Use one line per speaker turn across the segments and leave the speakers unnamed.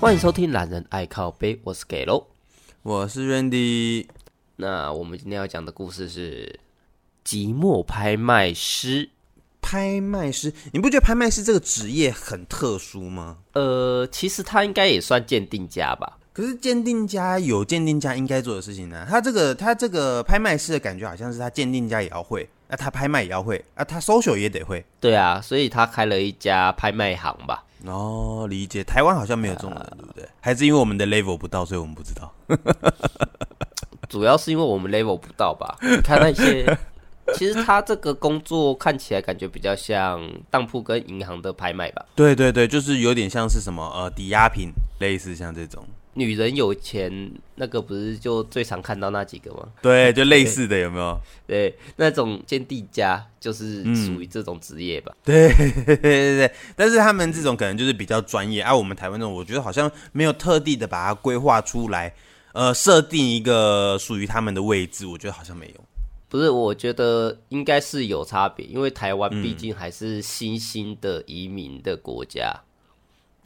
欢迎收听《懒人爱靠背》，我是给喽。
我是 Randy，
那我们今天要讲的故事是寂寞拍卖师。
拍卖师。你不觉得拍卖师这个职业很特殊吗？
呃，其实他应该也算鉴定家吧？
可是鉴定家有鉴定家应该做的事情呢、他这个他这个拍卖师的感觉好像是他鉴定家也要会，那、他拍卖也要会，啊，他 social 也得会。
对啊，所以他开了一家拍卖行吧？
哦，理解。台湾好像没有这种人，对不对？还是因为我们的 level 不到，所以我们不知道。
主要是因为我们 level 不到吧？你看那些，其实他这个工作看起来感觉比较像当铺跟银行的拍卖吧。
对对对，就是有点像是什么呃抵押品，类似像这种。
女人有钱，那个不是就最常看到那几个吗？
对，就类似的有没有？
对，那种鉴定家就是属于这种职业吧。
对对对对，但是他们这种可能就是比较专业，而、啊我们台湾这种，我觉得好像没有特地的把它规划出来，呃，设定一个属于他们的位置，我觉得好像没有。
不是，我觉得应该是有差别，因为台湾
嗯
毕竟还是新兴的移民的国家。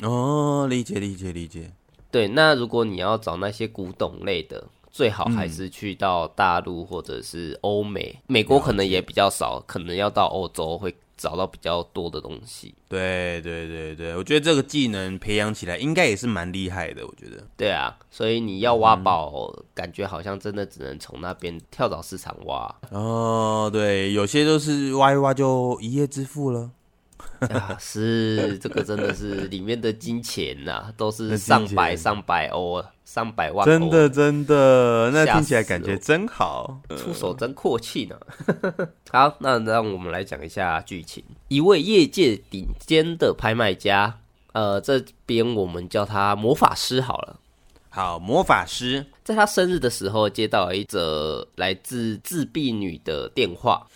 哦，理解理解理解。
对，那如果你要找那些古董类的，最好还是去到大陆或者是欧美，美国可能也比较少，可能要到欧洲会找到比较多的东西。
对对对对，我觉得这个技能培养起来应该也是蛮厉害的，我觉得。
对啊，所以你要挖宝，感觉好像真的只能从那边跳蚤市场挖。
哦，对，有些都是挖一挖就一夜致富了。
啊，是这个真的是里面的金钱呐、都是
那
上
金钱
百上百欧、啊，上百万
真
欧，
的真的，那
吓
听起来
死
感觉
我
真好。
出手真阔气呢。 好，那让我们来讲一下剧情。一位业界顶尖的拍卖家，呃，这边我们叫他魔法师好了。
好，魔法师，
在他生日的时候，接到了一则来自自闭女的电话，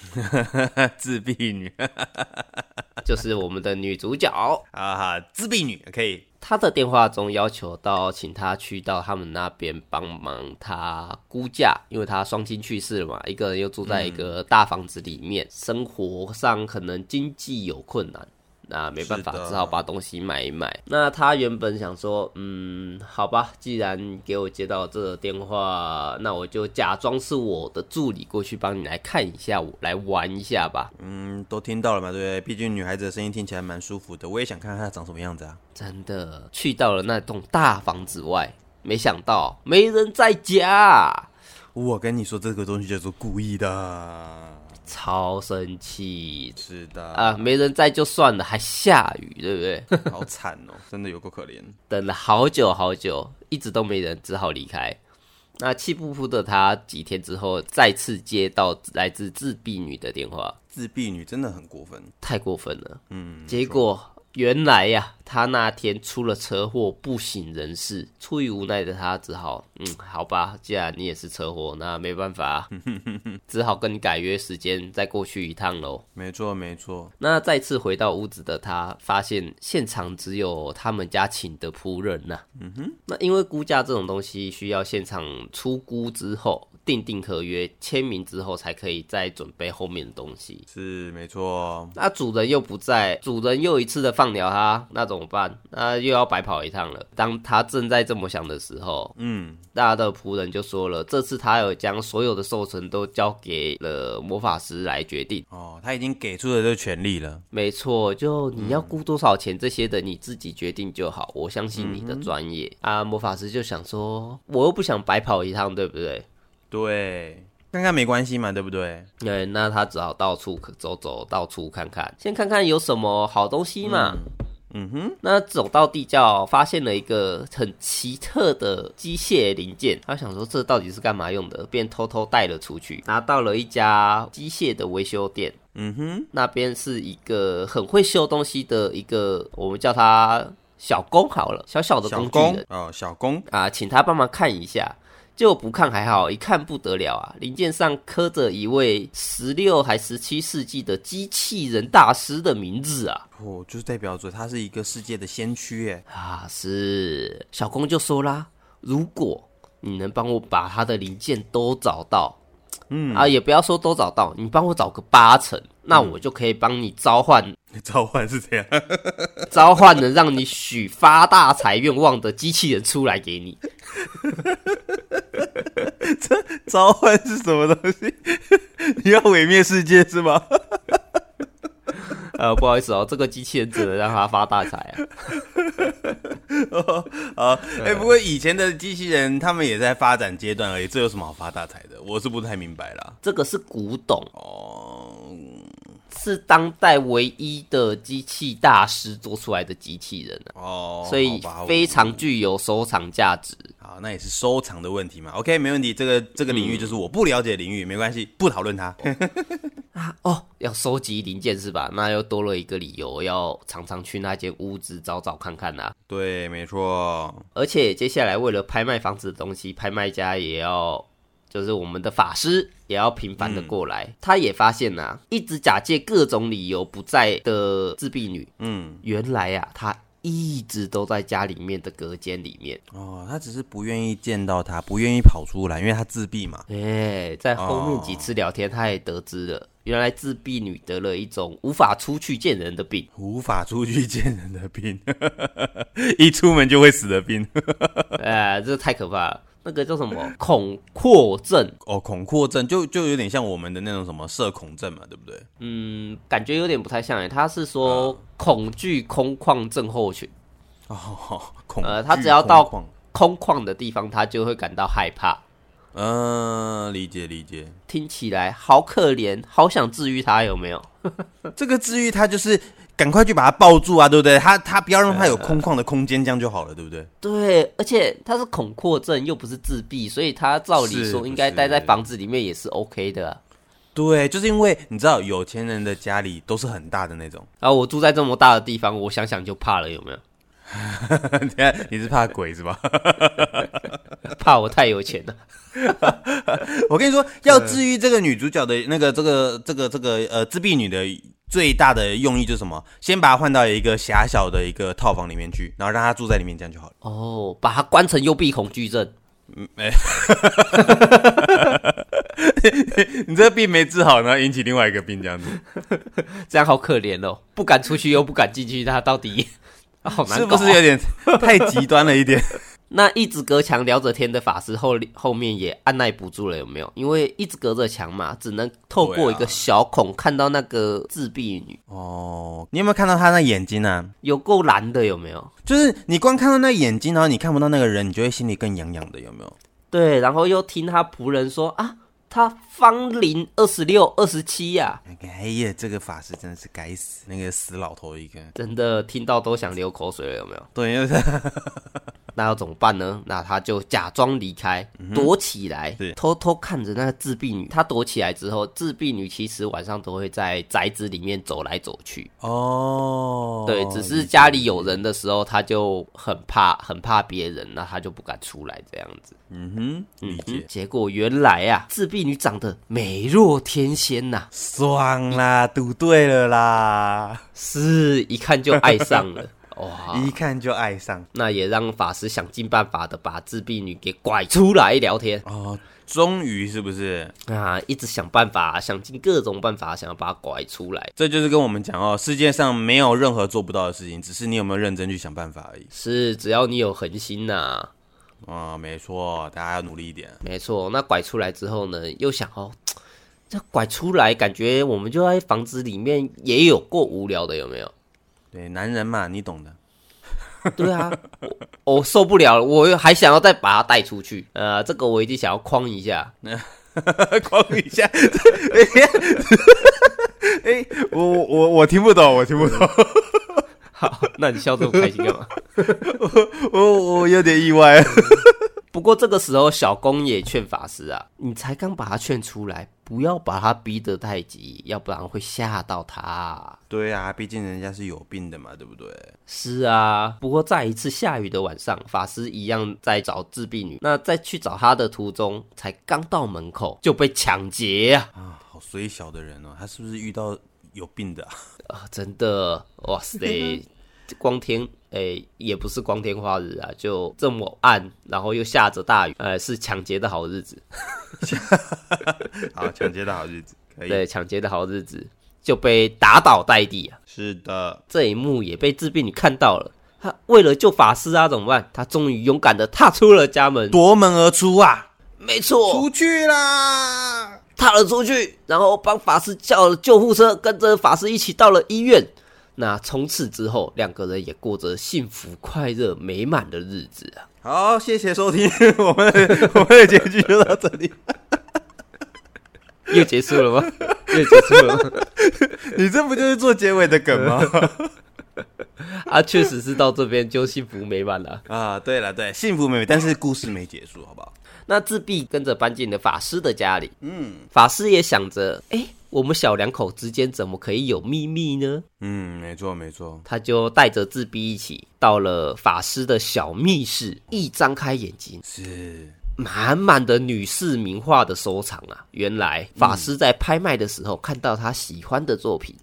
自闭女，
就是我们的女主角。
啊哈，自闭女可以。
他的电话中要求到，请他去到他们那边帮忙他估价，因为他双亲去世了嘛，一个人又住在一
嗯
个大房子里面，生活上可能经济有困难。那没办法，
是的
只好把东西买一买。那他原本想说，嗯，好吧，既然给我接到这个电话，那我就假装是我的助理过去帮你来看一下，我来玩一下吧。
嗯，都听到了嘛，对不对？毕竟女孩子的声音听起来蛮舒服的，我也想看看她长什么样子啊。
真的去到了那栋大房子外，没想到没人在家，
我跟你说，这个东西叫做故意的。
超生气
是的，
啊！没人在就算了，还下雨，对不对？
好惨哦，真的有够可怜。
等了好久好久，一直都没人，只好离开。那气扑扑的他，几天之后再次接到来自自闭女的电话，
自闭女真的很过分。
太过分了。
嗯，
结果原来呀、他那天出了车祸，不省人事。出于无奈的他，只好嗯，好吧，既然你也是车祸，那没办 法，啊只好跟你改约时间，再过去一趟喽。
没错没错。
那再次回到屋子的他，发现现场只有他们家请的仆人呐、嗯哼，那因为估价这种东西需要现场出估之后，订定合约、签名之后，才可以再准备后面的东西。
是没错，
那主人又不在，主人又一次的放鸟他，那怎么办？那又要白跑一趟了。当他正在这么想的时候，
嗯，
大家的仆人就说了，这次他有将所有的授权都交给了魔法师来决定。
哦，她已经给出了这个权利了。
没错，就你要估多少钱这些的，你自己决定就好。我相信你的专业、
嗯
啊。魔法师就想说，我又不想白跑一趟，对不对？
对，看看没关系嘛，对不对？
对，那他只好到处走走，到处看看，先看看有什么好东西嘛。
嗯哼，
那走到地窖，发现了一个很奇特的机械零件，他想说这到底是干嘛用的，便偷偷带了出去，拿到了一家机械的维修店。
嗯哼，
那边是一个很会修东西的一个，我们叫他小工好了，小小的
小
工具
公
人
哦，小公
啊，请他帮忙看一下。结果不看还好，一看不得了啊！零件上刻着一位十六还十七世纪的机器人大师的名字啊！
哦，就是代表着他是一个世界的先驱耶。
啊，是小公就说啦，如果你能帮我把他的零件都找到，
嗯
嗯啊，也不要说都找到，你帮我找个八成，那我就可以帮你召唤
召唤是这样，
召唤了让你许发大财愿望的机器人出来给你。
召唤是什么东西？ 你要毁灭世界是吗？
呃，不好意思哦，这个机器人只能让他发大财啊。
啊，哎、不过以前的机器人他们也在发展阶段而已，这有什么好发大财的？我是不太明白啦。
这个是古董，
哦，
是当代唯一的机器大师做出来的机器人啊，
哦，
所以
好吧
非常具有收藏价值。
好，那也是收藏的问题嘛。OK，没问题，这个这个领域就是我不了解的领域，没关系，不讨论它。
哦，要收集零件是吧？那又多了一个理由，要常常去那间屋子找找看看啊。
对，没错，
而且接下来为了拍卖房子的东西，拍卖家也要，就是我们的法师也要频繁的过来。他也发现呐、一直假借各种理由不在的自闭女，
嗯，
原来啊，她一直都在家里面的隔间里面。
哦，他只是不愿意见到他，不愿意跑出来，因为他自闭嘛。
哎、在后面几
哦
次聊天，他也得知了，原来自闭女得了一种无法出去见人的病。
无法出去见人的病， 一出门就会死的病。
哎，这太可怕了。那个叫什
嗯
么恐扩症？
哦，恐扩症就就有点像我们的那种什么社恐症嘛，对不对？
嗯，感觉有点不太像哎。他是
啊
说恐惧空旷症候群，
哦， 恐
呃
惧
他只要到
恐慌
空旷的地方他就会感到害怕。
嗯、理解理解。
听起来好可怜，好想治愈他，有没有？
这个治愈他就是赶快去把他抱住啊，对不对？他他不要让他
呃
有空旷的空间，这样就好了，对不对？
对，而且他是恐扩症，又不是自闭，所以他照理
是
说
不
应该
是
待在房子里面也是 OK 的啊。
对，就是因为你知道有钱人的家里都是很大的那种，
然后啊我住在这么大的地方，我想想就怕了，有没有？
等一下你是怕鬼是吧？
怕我太有钱了。
我跟你说，要治愈这个女主角的那个这个这个这个呃自闭女的最大的用意就是什么？先把她换到一个狭小的一个套房里面去，然后让她住在里面，这样就好了。
哦，把他关成幽闭恐惧症。
你这个病没治好，然后引起另外一个病这 样子，
这样好可怜哦，不敢出去又不敢进去，他到底 好难搞啊、
是不是有点太极端了一点？
那一直隔墙聊着天的法师后后面也按耐不住了，有没有？因为一直隔着墙嘛，只能透过一个小孔看到那个自闭女，
哦，你有没有看到她那眼睛啊？
有够蓝的，有没有？
就是你光看到那眼睛，然后你看不到那个人，你就会心里更痒痒的，有没有？
对，然后又听他仆人说啊，他芳龄二十六、二十七呀，
哎呀，这个法师真的是该死，那个死老头一个。
真的听到都想流口水了，有没有？
对，因为他
那要怎么办呢？那他就假装离开，
嗯
躲起来
是，
偷偷看着那个自闭女。他躲起来之后，自闭女其实晚上都会在宅子里面走来走去。
哦，
对，只是家里有人的时候，他就很怕，很怕别人，那他就不敢出来这样子。
嗯哼，理
嗯
解，
结果原来啊，自闭女长得美若天仙呐、
爽啦，赌对了啦，
是一看就爱上 了。哇，
一看就爱上
那也让法师想尽办法的把自闭女给拐出来聊天。
哦，终于是不是？
啊，一直想办法，想尽各种办法，想要把它拐出来。
这就是跟我们讲哦，世界上没有任何做不到的事情，只是你有没有认真去想办法而已。
是，只要你有恒心呐、
啊、没错，大家要努力一点。
没错。那拐出来之后呢，又想哦，这拐出来，感觉我们就在房子里面也有够无聊的，有没有？
对，男人嘛，你懂的。
对啊，我我受不了了，我又还想要再把它带出去。呃，这个我一定想要框一下。
框一下。哎、我我我听不懂，我听不懂，
好，那你笑这么开心干嘛？
我我有点意外。
不过这个时候，小公也劝法师啊，你才刚把他劝出来，不要把他逼得太急，要不然会吓到他啊。
对啊，毕竟人家是有病的嘛，对不对？
是啊，不过在一次下雨的晚上，法师一样在找自闭女。那在去找她的途中，才刚到门口就被抢劫啊！
啊，好衰小的人哦，他是不是遇到有病的、啊？
啊真的，哇塞， 光天诶、也不是光天化日啊，就这么暗，然后又下着大雨，呃，是抢劫的好日子。
好，抢劫的好日子，可以。
哎对，抢劫的好日子。就被打倒在地啊。
是的，
这一幕也被治病女看到了，她为了救法师啊，怎么办？她终于勇敢的踏出了家门。
夺门而出啊，
没错，
出去啦！
踏了出去，然后帮法师叫了救护车，跟着法师一起到了医院。那从此之后，两个人也过着幸福、快乐、美满的日子啊。
好，谢谢收听 我们的 我们的结局就到这 里。
又结束了吗？ 又结束了吗？
你这不就是做结尾的梗 吗？
啊，确实是到这边就幸福美满了、
啊，对了对，幸福美美，但是故事没结束，好不好？
那自闭跟着搬进了法师的家里。嗯，法师也想着，哎、我们小两口之间怎么可以有秘密呢？
嗯，没错没错，
他就带着自闭一起到了法师的小密室，一张开眼睛，
是
满满的女士名画的收藏啊！原来法师在拍卖的时候看到他喜欢的作品，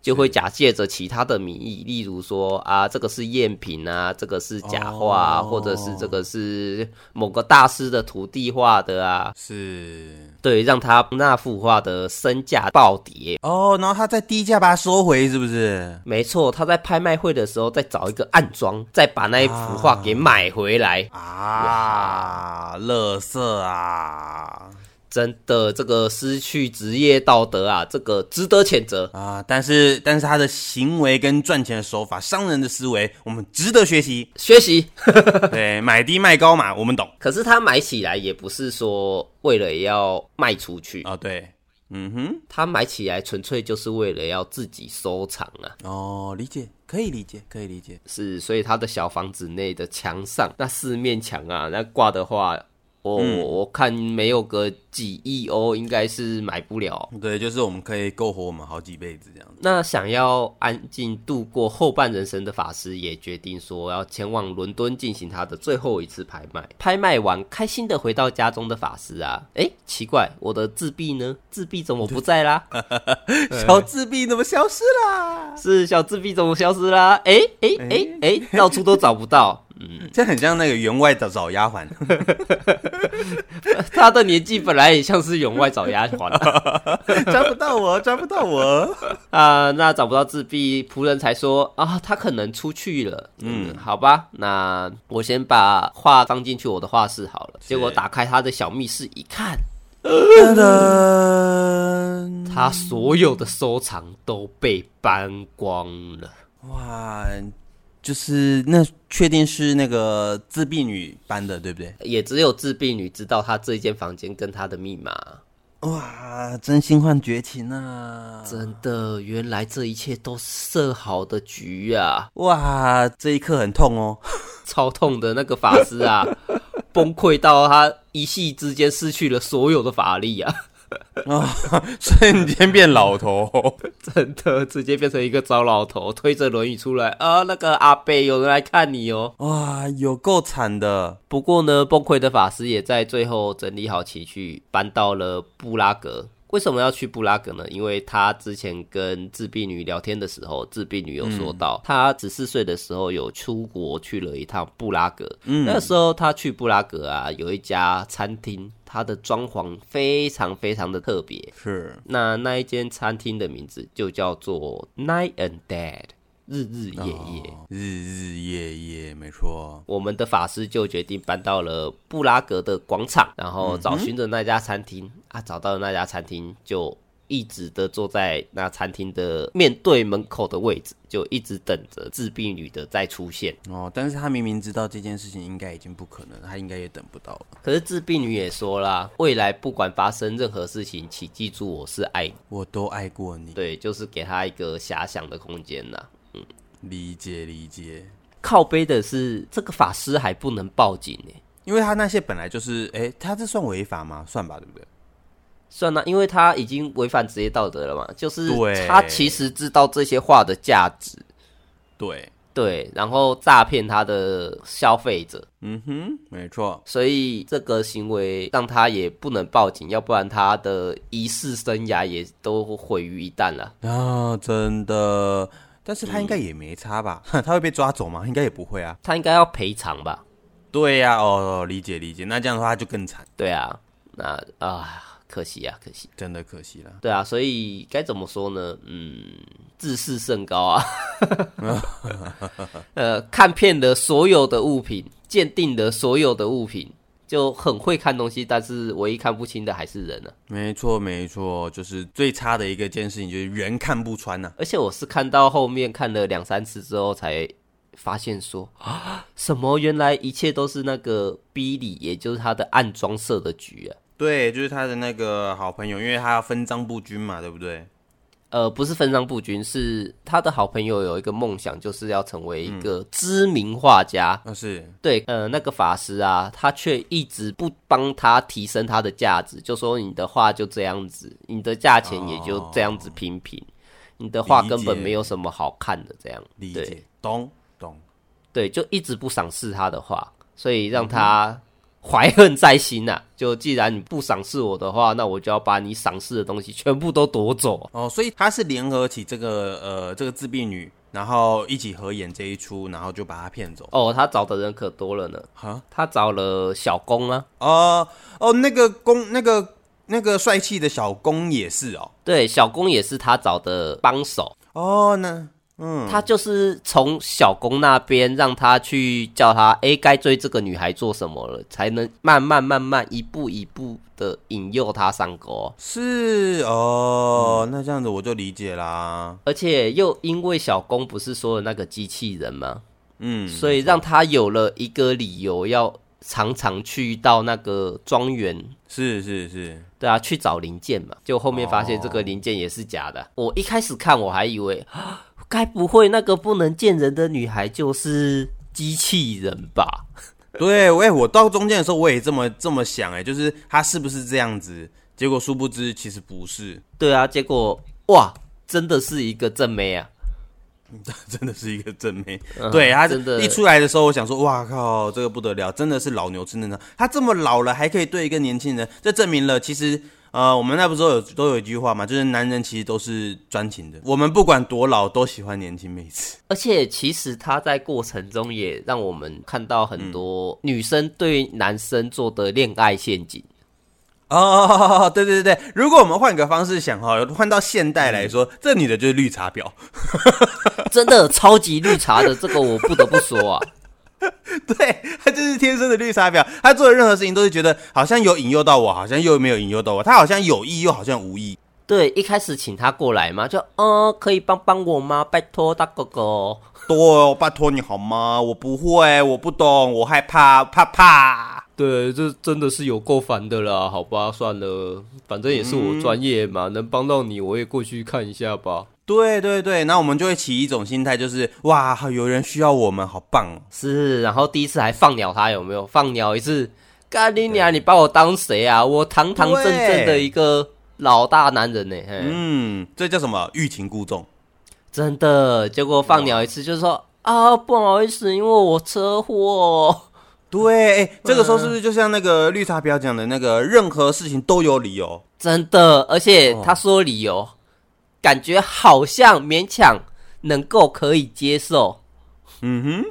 就会假借着其他的名义，例如说啊，这个是赝品啊，这个是假画、啊，
哦
或者是这个是某个大师的徒弟画的啊，
是
对，让他那幅画的身价暴跌。
哦，然后他在低价把它收回，是不是？
没错，他在拍卖会的时候再找一个暗装，再把那一幅画给买回来。
啊，乐色啊
真的，这个失去职业道德啊，这个值得谴责。。
啊！但是但是他的行为跟赚钱的手法、商人的思维，我们值得学 习
学习，
对，买低卖高嘛，我们懂
可是他买起来也不是说为了要卖出去，
啊。对，嗯哼，
他买起来纯粹就是为了要自己收藏啊。
哦，理解，可以理解，可以理解。
是，所以他的小房子内的墙上那四面墙啊，那挂的话，我、我看没有个几亿欧，应该是买不了。
对，就是我们可以够活我们好几辈子这样子。
那想要安静度过后半人生的法师也决定说要前往伦敦进行他的最后一次拍卖。拍卖完，开心的回到家中的法师啊，诶，奇怪，我的自闭呢？自闭怎么不在啦？
小自闭怎么消失啦？
是小自闭怎么消失啦？诶诶诶诶，到处都找不到。
嗯这很像那个员外找找丫鬟。
他的年纪本来也像 是员外找丫鬟啊、
抓不到我，抓不到我。
啊那找不到自闭，仆人才说啊，他可能出去了。嗯，好吧，那我先把画放进去我的画室好了。结果打开他的小密室一看，
噔噔，
他所有的收藏都被搬光了。
哇，就是那确定是那个自闭女搬的，对不对？
也只有自闭女知道他这间房间跟他的密码。
哇，真心换绝情啊！
真的，原来这一切都是设好的局啊！
哇，这一刻很痛哦。
超痛的那个法师啊， 崩溃到他一夕之间失去了所有的法力啊！
啊， 瞬间变老头。
真的，直接变成一个糟老头，推着轮椅出来啊！那个阿贝，有人来看你哦。
哇，有够惨的。
不过呢，崩溃的法师也在最后整理好情绪，搬到了布拉格。为什么要去布拉格呢？因为他之前跟自闭女聊天的时候，自闭女有说到，她十四岁的时候有出国去了一趟布拉格。那时候她去布拉格啊，有一家餐厅，它的装潢非常非常的特别。
是
那那一间餐厅的名字就叫做 Night and Dead，日日夜夜。
哦日日夜夜，没错。
我们的法师就决定搬到了布拉格的广场，然后找寻着那家餐厅、啊，找到了那家餐厅，就一直的坐在那餐厅的面对门口的位置，就一直等着自闭女的再出现。
哦，但是他明明知道这件事情应该已经不可能，他应该也等不到了。
可是自闭女也说啦，未来不管发生任何事情，请记住我是爱你。
我都爱过你，
对，就是给她一个遐想的空间呐。
理解理解。
靠背的是这个法师还不能报警欸呢、
因为他那些本来就是，哎、他这算违法吗？算吧，对不对？
算了，因为他已经违反职业道德了嘛，就是
对
他其实知道这些画的价值，
对，
对，然后诈骗他的消费者，
嗯哼，没错，
所以这个行为让他也不能报警，要不然他的一世生涯也都毁于一旦了。
啊，真的。但是他应该也没差吧？ 他会被抓走吗？应该也不会啊。
他应该要赔偿吧？
对呀、哦，理解理解。那这样的话就更惨。
对啊，那啊，可惜啊，可惜。
真的可惜了。
对啊，所以该怎么说呢？嗯，自视甚高啊。 呃，看遍了所有的物品，鉴定了所有的物品，就很会看东西，但是唯一看不清的还是人呢、啊
没错，没错，就是最差的一个件事情，就是人看不穿啊呐、
而且我是看到后面看了两三次之后才发现说啊，什么原来一切都是那个逼里，也就是他的暗装设的局啊。
对，就是他的那个好朋友，因为他分赃不均嘛，对不对？
呃，不是分赃不均，是他的好朋友有一个梦想，就是要成为一个知名画家。
那是
对，呃，那个法师啊，他却一直不帮他提升他的价值，就说你的画就这样子，你的价钱也就这样子平平，你的画根本
哦理解
没有什么好看的，这样
理
对
解，懂懂。
对，就一直不赏识他的画，所以
嗯
让他怀恨在心呐、就既然你不赏识我的话，那我就要把你赏识的东西全部都夺走。
哦，所以他是联合起这个呃这个自闭女，然后一起合演这一出，然后就把她骗走。
哦，他找的人可多了呢，
哈
他找了小工啊，
哦哦，那个公那个那个帅气的小公也是哦
对，小工也是他找的帮手。
哦，那嗯
他就是从小工那边让他去叫他，哎、该追这个女孩做什么了，才能慢慢慢慢一步一步的引诱她上钩。
是哦，那这样子我就理解啦。
而且又因为小工不是说了那个机器人吗？
嗯，
所以让他有了一个理由，要常常去到那个庄园，
是是是，
对啊，去找零件嘛。就后面发现这个零件也是假的。我一开始看我还以为，啊该不会那个不能见人的女孩就是机器人吧？
对，喂、我到中间的时候我也这么这么想、哎，就是他是不是这样子？结果殊不知其实不是，
对啊，结果哇，真的是一个正妹啊！
真的是一个正妹。对他
嗯真的
一出来的时候，我想说，哇靠，这个不得了，真的是老牛吃嫩草。他这么老了还可以对一个年轻人，这证明了其实。呃，我们那不是都有都有一句话嘛，就是男人其实都是专情的。我们不管多老，都喜欢年轻妹子。
而且其实她在过程中也让我们看到很多女生对男生做的恋爱陷阱。
哦，对对对对，如果我们换个方式想哈，换到现代来说，这女的就是绿茶婊。
真的超级绿茶的，这个我不得不说 啊。
对他就是天生的绿茶婊，他做的任何事情都是觉得好像有引诱到我，好像又没有引诱到我，他好像有意又好像无意。
对，一开始请她过来嘛，就呃，可以帮帮我吗？拜托大哥哥。
对哦，拜托你好吗？我不会，我不懂，我害怕，怕怕。
对，这真的是有够烦的啦，好吧，算了，反正也是我专业嘛，能帮到你，我也过去看一下吧。
对对对，那我们就会起一种心态，就是哇，有人需要我们，好棒哦！
是，然后第一次还放鸟他有没有？放鸟一次，干你娘！你把我当谁啊？我堂堂正正的一个老大男人呢、嘿
嗯，这叫什么？欲擒故纵。
真的。结果放鸟一次就是说啊，不好意思，因为我车祸。哦
对，哎，这个时候是不是就像那个绿茶婊讲的那个，任何事情都有理由？
真的，而且他说理由，感觉好像勉强能够可以接受。
嗯哼。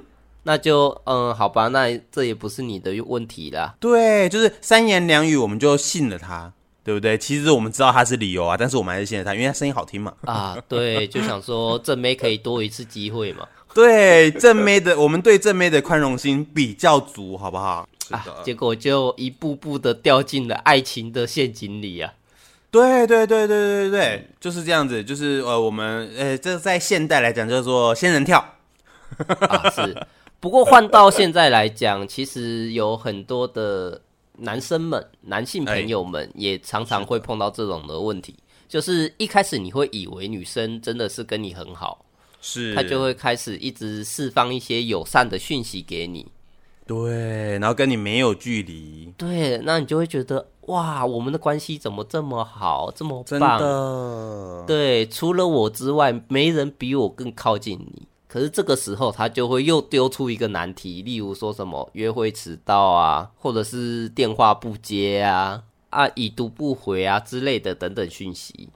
那就嗯，好吧，那这也不是你的问题啦。
对，就是三言两语我们就信了他，对不对？其实我们知道他是理由啊，但是我们还是信了他，因为他声音好听嘛。
啊，对，就想说正妹可以多一次机会嘛。
对，正妹的，我们对正妹的宽容心比较足，好不好？是
啊
的，
结果就一步步的掉进了爱情的陷阱里 啊。
对对对对对对对，就是这样子，就是呃，我们呃，这在现代来讲叫做仙人跳。
啊，是。不过换到现在来讲，其实有很多的男生们、男性朋友们也常常会碰到这种的问题，就是一开始你会以为女生真的是跟你很好，
是
她就会开始一直释放一些友善的讯息给你，
对，然后跟你没有距离，
对，那你就会觉得哇，我们的关系怎么这么好，这么
真
棒，啊
的，
对，除了我之外，没人比我更靠近你。可是这个时候，他就会又丢出一个难题，例如说什么约会迟到啊，或者是电话不接啊，啊已读不回啊之类的等等讯息，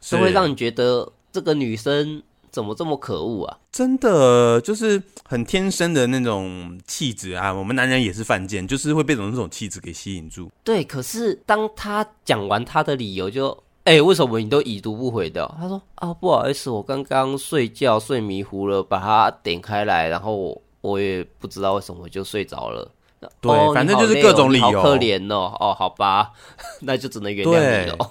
是
就会让你觉得这个女生怎么这么可恶啊？
真的就是很天生的那种气质啊。我们男人也是犯贱，就是会被这种这种气质给吸引住。
对，可是当他讲完他的理由就，哎、为什么你都已读不回的？他说啊，不好意思，我刚刚睡觉睡迷糊了，把它点开来，然后我我也不知道为什么就睡着了。
对
哦
反正
你好
就是
累
各
哦
种
你
理由
好可怜哦，哦，好吧， 那就只能原谅你了。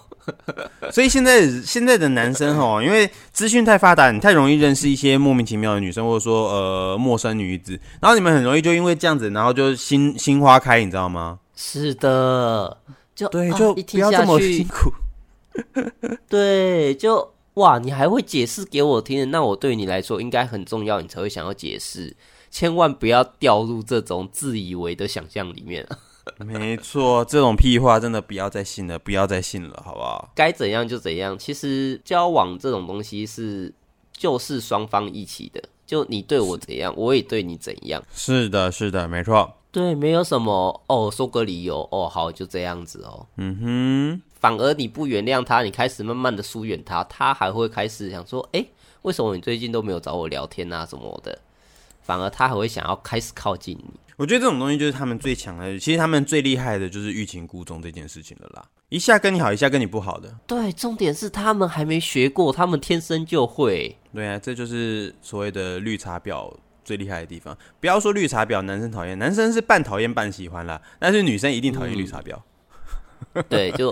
所以现在现在的男生哦，因为资讯太发达，你太容易认识一些莫名其妙的女生，或者说呃陌生女子，然后你们很容易就因为这样子，然后就心心花开，你知道吗？
是的，就
对，
啊
就
一
不
听
要
下
这么
去
辛苦。
对，就哇，你还会解释给我听，那我对你来说应该很重要，你才会想要解释。千万不要掉入这种自以为的想象里面，
没错，这种屁话真的不要再信了，不要再信了，好不好？
该怎样就怎样。其实交往这种东西是就是双方一起的，就你对我怎样，我也对你怎样。
是的，是的，没错。
对，没有什么哦，说个理由哦，好，就这样子哦。
嗯
反而你不原谅他，你开始慢慢的疏远他，他还会开始想说，哎，为什么你最近都没有找我聊天啊什么的？反而他还会想要开始靠近你。
哼，我觉得这种东西就是他们最强的，其实他们最厉害的就是欲擒故纵这件事情了啦。一下跟你好，一下跟你不好的，
对，重点是他们还没学过，他们天生就会。
对啊，这就是所谓的绿茶婊最厉害的地方。不要说绿茶婊，男生讨厌，男生是半讨厌半喜欢啦，但是女生一定讨厌绿茶婊。
对， 就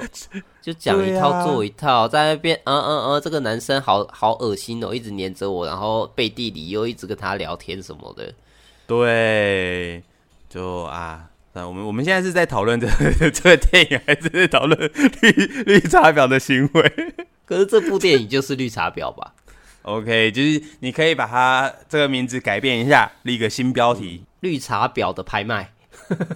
就讲一
对啊
套做一套，在那边嗯嗯嗯，这个男生好好恶心哦，一直黏着我，然后背地里又一直跟他聊天什么的。
对，就啊，那我们我们现在是在讨论这这个 电影，还是在讨论绿绿茶婊的行为
可是这部电影就是绿茶婊吧？
？OK，就是你可以把它这个名字改变一下，立个新标题。
绿茶婊的拍卖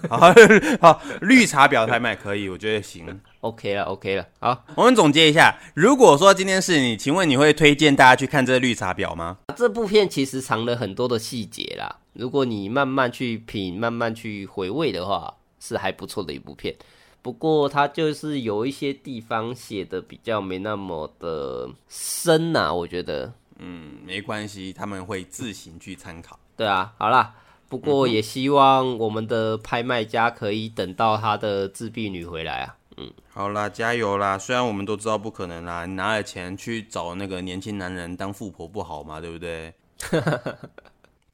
好 好，绿茶婊拍卖可以，我觉得行。
，OK 了，OK 了，好。
我们总结一下，如果说今天是你，请问你会推荐大家去看这个绿茶婊吗？
啊这部片其实藏了很多的细节啦，如果你慢慢去品、慢慢去回味的话，是还不错的一部片。不过它就是有一些地方写的比较没那么的深呐、我觉得。
嗯，没关系，他们会自行去参考。
对啊，好啦，不过也希望我们的拍卖家可以等到他的自闭女回来啊。
好啦，加油啦！虽然我们都知道不可能啦，你拿了钱去找那个年轻男人当富婆不好嘛，对不对？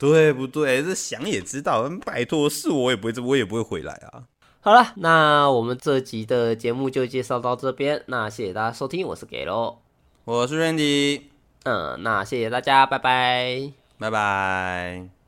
对不对？这想也知道，拜托，是我也不会，我也不会回来啊。
好啦，那我们这集的节目就介绍到这边，那谢谢大家收听，我是给喽，
我是 Randy，
嗯，那谢谢大家，拜拜。
拜拜。